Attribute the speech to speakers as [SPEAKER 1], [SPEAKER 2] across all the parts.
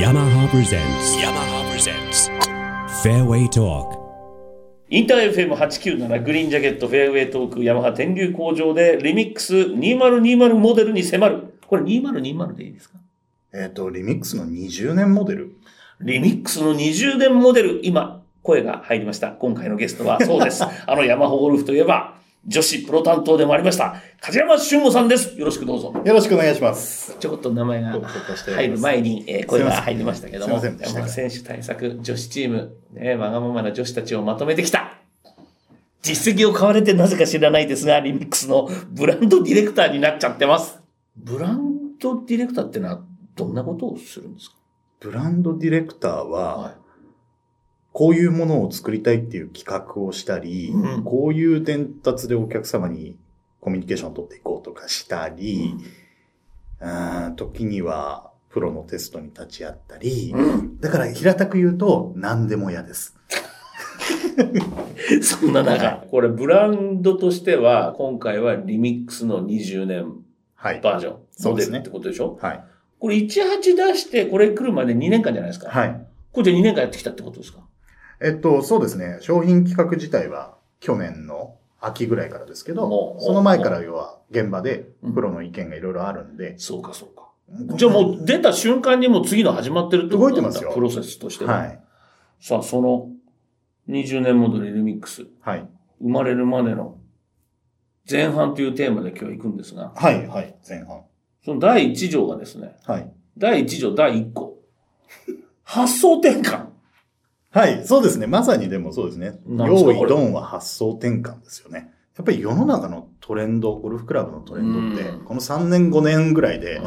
[SPEAKER 1] yamaha presents yamaha presents fairway talk
[SPEAKER 2] インター FM897 グリーンジャケットフェアウェイトークヤマハ天竜工場でリミックス2020モデルに迫る。これ2020でいいですか
[SPEAKER 3] えっ、と、リミックスの20年モデル。
[SPEAKER 2] リミックスの20年モデル、今、声が入りました。今回のゲストはそう です。あのヤマハゴルフといえば、女子プロ担当でもありました、梶山俊吾さんです。よろしくどうぞ。
[SPEAKER 3] よろしくお願いします。
[SPEAKER 2] ちょこっと名前が
[SPEAKER 3] ご無沙汰してお
[SPEAKER 2] 入
[SPEAKER 3] り
[SPEAKER 2] る
[SPEAKER 3] ます
[SPEAKER 2] 前に、えー声が入りましたけども、
[SPEAKER 3] すいませんでした
[SPEAKER 2] 山田選手対策、女子チーム、ね、わがままな女子たちをまとめてきた。実績を買われてなぜか知らないですが、リミックスのブランドディレクターになっちゃってます。ブランドディレクターってのは、どんなことをするんですか
[SPEAKER 3] ブランドディレクター
[SPEAKER 2] は
[SPEAKER 3] は、こういうものを作りたいっていう企画をしたり、
[SPEAKER 2] うん
[SPEAKER 3] こういう伝達でお客様にコミュニケーションを取っていこうとかしたり、うーん、時にはプロのテストに立ち会ったり、
[SPEAKER 2] うん。
[SPEAKER 3] だから平たく言うと何でも嫌です。
[SPEAKER 2] そんな中、これブランドとしては、今回はリミックスの20年
[SPEAKER 3] はい。
[SPEAKER 2] バージョン、
[SPEAKER 3] そ
[SPEAKER 2] モ
[SPEAKER 3] うで
[SPEAKER 2] デル
[SPEAKER 3] すね
[SPEAKER 2] ってことでしょ
[SPEAKER 3] はい。
[SPEAKER 2] これ18出して、これ来るまで2年間じゃないですか。
[SPEAKER 3] はい。
[SPEAKER 2] これで2年間やってきたってことですか
[SPEAKER 3] えっと、そうですね。商品企画自体は去年の秋ぐらいからですけ
[SPEAKER 2] お
[SPEAKER 3] ど、
[SPEAKER 2] う
[SPEAKER 3] その前から要は現場で
[SPEAKER 2] うん
[SPEAKER 3] プロの意見がいろいろあるんで、
[SPEAKER 2] そうか、そうか。じゃあもう出た瞬間にもう次の始まってるってことなんだ
[SPEAKER 3] 動いてますよ
[SPEAKER 2] プロセスとしては。
[SPEAKER 3] はい。
[SPEAKER 2] さあ、その20年戻りリミックス、
[SPEAKER 3] はい。
[SPEAKER 2] 生まれるまでの前半というテーマで今日行くんですが、
[SPEAKER 3] はい、はい。前半。
[SPEAKER 2] その第1条がですね、
[SPEAKER 3] はい。
[SPEAKER 2] 第1条第1項。発想転換。
[SPEAKER 3] はい、そうですね。まさにでもそうですね。
[SPEAKER 2] なんですか
[SPEAKER 3] 用意ドンは発想転換ですよね。やっぱり世の中のトレンド、ゴルフクラブのトレンドって
[SPEAKER 2] うん、
[SPEAKER 3] この3年5年ぐらいで、
[SPEAKER 2] う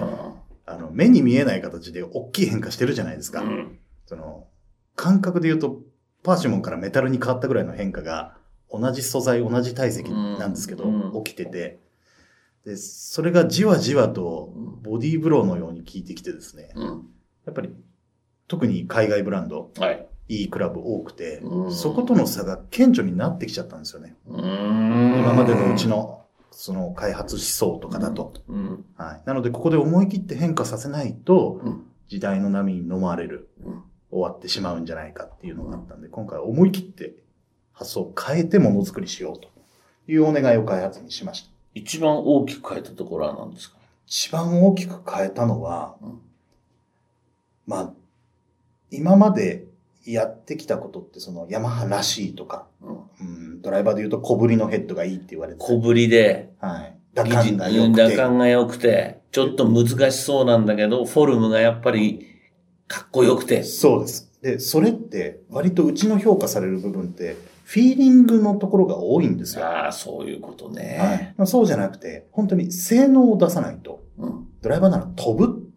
[SPEAKER 3] あの、目に見えない形で大きい変化してるじゃないですか。
[SPEAKER 2] ん。
[SPEAKER 3] その、感覚で言うと、パーシモンからメタルに変わったぐらいの変化が、同じ素材、同じ体積なんですけど、
[SPEAKER 2] うん
[SPEAKER 3] 起きてて、で、それがじわじわと
[SPEAKER 2] うん
[SPEAKER 3] ボディーブローのように効いてきてですね、
[SPEAKER 2] うん。
[SPEAKER 3] やっぱり、特に海外ブランド、
[SPEAKER 2] はい。
[SPEAKER 3] いいクラブ多くて、
[SPEAKER 2] うん
[SPEAKER 3] そことの差が顕著になってきちゃったんですよね。
[SPEAKER 2] 今
[SPEAKER 3] 今までのうち。の、その開発思想とかだと。
[SPEAKER 2] うん。
[SPEAKER 3] はい。なので、ここで思い切って変化させないと
[SPEAKER 2] うん、
[SPEAKER 3] 時代の波に飲まれる、
[SPEAKER 2] うん
[SPEAKER 3] 終わってしまうんじゃないかっていうのがあったんで、今回思い切って発想を変えてものづくりしようというお願いを開発にしました。
[SPEAKER 2] 一番大きく変えたところは何ですか
[SPEAKER 3] 一番大きく変えたのは、
[SPEAKER 2] うん
[SPEAKER 3] まあ、今までやってきたことって、そのヤマハらしいとか、
[SPEAKER 2] うん
[SPEAKER 3] うん、ドライバーで言うと小ぶりのヘッドがいいって言われてた
[SPEAKER 2] 小ぶりで、
[SPEAKER 3] はい。打感が良
[SPEAKER 2] うん
[SPEAKER 3] く
[SPEAKER 2] 打
[SPEAKER 3] て。
[SPEAKER 2] 感が良くて、ちょっと難しそうなんだけど、フォルムがやっぱりかっこよくて。
[SPEAKER 3] そうです。で、それって、割とうちの評価される部分って、フィーリングのところが多いんですよ。
[SPEAKER 2] ああ、そういうことね。
[SPEAKER 3] はいまあ、そうじゃなくて、本当に性能を出さないと、
[SPEAKER 2] うん。
[SPEAKER 3] ドライバーなら飛ぶ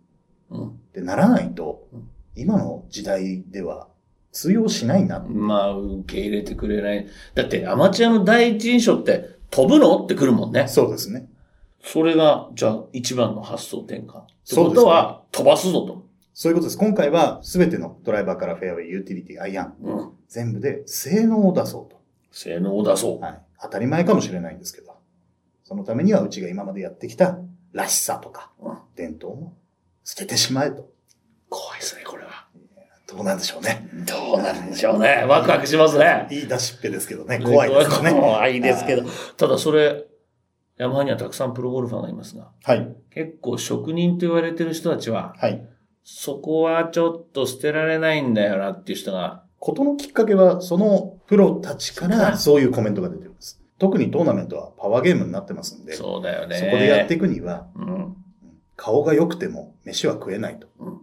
[SPEAKER 2] うん。
[SPEAKER 3] ってならないと
[SPEAKER 2] うん、
[SPEAKER 3] 今の時代では通用しないな。
[SPEAKER 2] まあ、受け入れてくれない。だって、アマチュアの第一印象って、飛ぶのってくるもんね。
[SPEAKER 3] そうですね。
[SPEAKER 2] それが、じゃあ、一番の発想転換。って
[SPEAKER 3] そう
[SPEAKER 2] こ
[SPEAKER 3] ですね
[SPEAKER 2] とは、飛ばすぞと。
[SPEAKER 3] そういうことです。今回は全てのドライバーからフェアウェイ、ユーティリティ、アイアン、
[SPEAKER 2] うん。
[SPEAKER 3] 全部で性能を出そうと。
[SPEAKER 2] 性能を出そう。
[SPEAKER 3] はい。当たり前かもしれないんですけど、そのためにはうちが今までやってきたらしさとか、
[SPEAKER 2] うん
[SPEAKER 3] 伝統も捨ててしまえと。
[SPEAKER 2] 怖いですね、これは。
[SPEAKER 3] どうなんでしょうね。
[SPEAKER 2] どうなんでしょうね。ワクワクしますね。
[SPEAKER 3] いい出しっぺですけどね。怖いですね。
[SPEAKER 2] 怖いですけど。ただ、それ、ヤマハにはたくさんプロゴルファーがいますが。
[SPEAKER 3] はい。
[SPEAKER 2] 結構職人と言われてる人たちは、
[SPEAKER 3] はい。
[SPEAKER 2] そこはちょっと捨てられないんだよなっていう人が、
[SPEAKER 3] ことのきっかけは、そのプロたちからそういうコメントが出てるんです。特にトーナメントはパワーゲームになってますんで、
[SPEAKER 2] そうだよね。
[SPEAKER 3] そこでやっていくには、
[SPEAKER 2] うん。
[SPEAKER 3] 顔が良くても飯は食えないと。
[SPEAKER 2] うん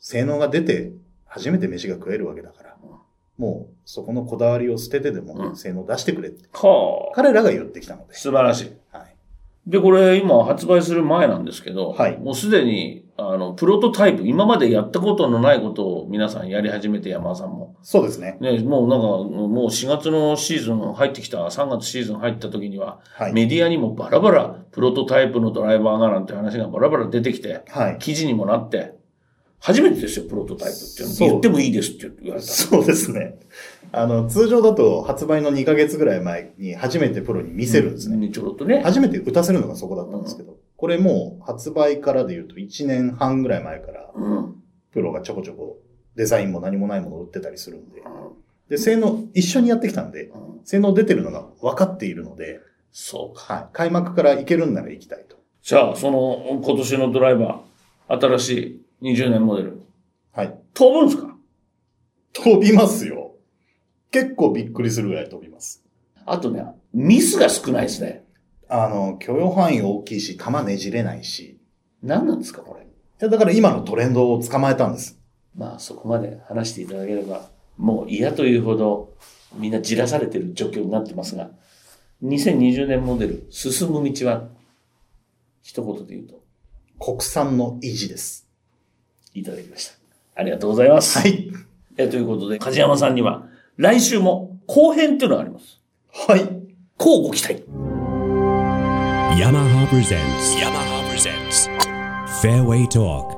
[SPEAKER 3] 性能が出て初めて飯が食えるわけだから、もうそこのこだわりを捨ててで
[SPEAKER 2] う
[SPEAKER 3] も
[SPEAKER 2] ん
[SPEAKER 3] 性能出してくれって、
[SPEAKER 2] はあ。
[SPEAKER 3] 彼らが言ってきたので。
[SPEAKER 2] 素晴らしい。
[SPEAKER 3] はい。
[SPEAKER 2] で、これ今発売する前なんですけど、
[SPEAKER 3] はい
[SPEAKER 2] もうすでに、あの、プロトタイプ、今までやったことのないことを皆さんやり始めて、山田さんも。
[SPEAKER 3] そうですね。
[SPEAKER 2] ね、もうなんか、もう4月のシーズン入ってきた、3月シーズン入った時には、
[SPEAKER 3] はい。
[SPEAKER 2] メディアにもバラバラ、プロトタイプのドライバーがなんて話がバラバラ出てきて、
[SPEAKER 3] はい。
[SPEAKER 2] 記事にもなって、初めてですよ、プロトタイプっていうの。
[SPEAKER 3] そう
[SPEAKER 2] 言ってもいいですって言われた。
[SPEAKER 3] そうですね。あの、通常だと発売の2ヶ月ぐらい前に初めてプロに見せるんですね。
[SPEAKER 2] ちょろっとね。
[SPEAKER 3] 初めて打たせるのがそこだったんですけど、これもう発売からで言うと1年半ぐらい前から
[SPEAKER 2] うん。
[SPEAKER 3] プロがちょこちょこデザインも何もないものを売ってたりするんで。で、性能、一緒にやってきたんで、
[SPEAKER 2] うん
[SPEAKER 3] 性能出てるのが分かっているので、
[SPEAKER 2] そうか。
[SPEAKER 3] はい。開幕から行けるんなら行きたいと。
[SPEAKER 2] じゃあ、その、今年のドライバー、新しい20年モデル、
[SPEAKER 3] はい。
[SPEAKER 2] 飛ぶんですか
[SPEAKER 3] 飛びますよ。結構びっくりするぐらい飛びます。
[SPEAKER 2] あとね、ミスが少ないですね。
[SPEAKER 3] あの、許容範囲大きいし、弾ねじれないし。
[SPEAKER 2] 何なんですか、これ。
[SPEAKER 3] いやだから今のトレンドを捕まえたんです。
[SPEAKER 2] まあ、そこまで話していただければ、もう嫌というほど、みんなじらされてる状況になってますが、2020年モデル、進む道は、一言で言うと、
[SPEAKER 3] 国産の維持です。
[SPEAKER 2] いただきました。ありがとうございます。
[SPEAKER 3] はい。
[SPEAKER 2] えということで、梶山さんには、来週も後編っていうのがあります。
[SPEAKER 3] はい。
[SPEAKER 2] こうご期待。
[SPEAKER 1] Yamaha presents. Yamaha presents. Fairway Talk.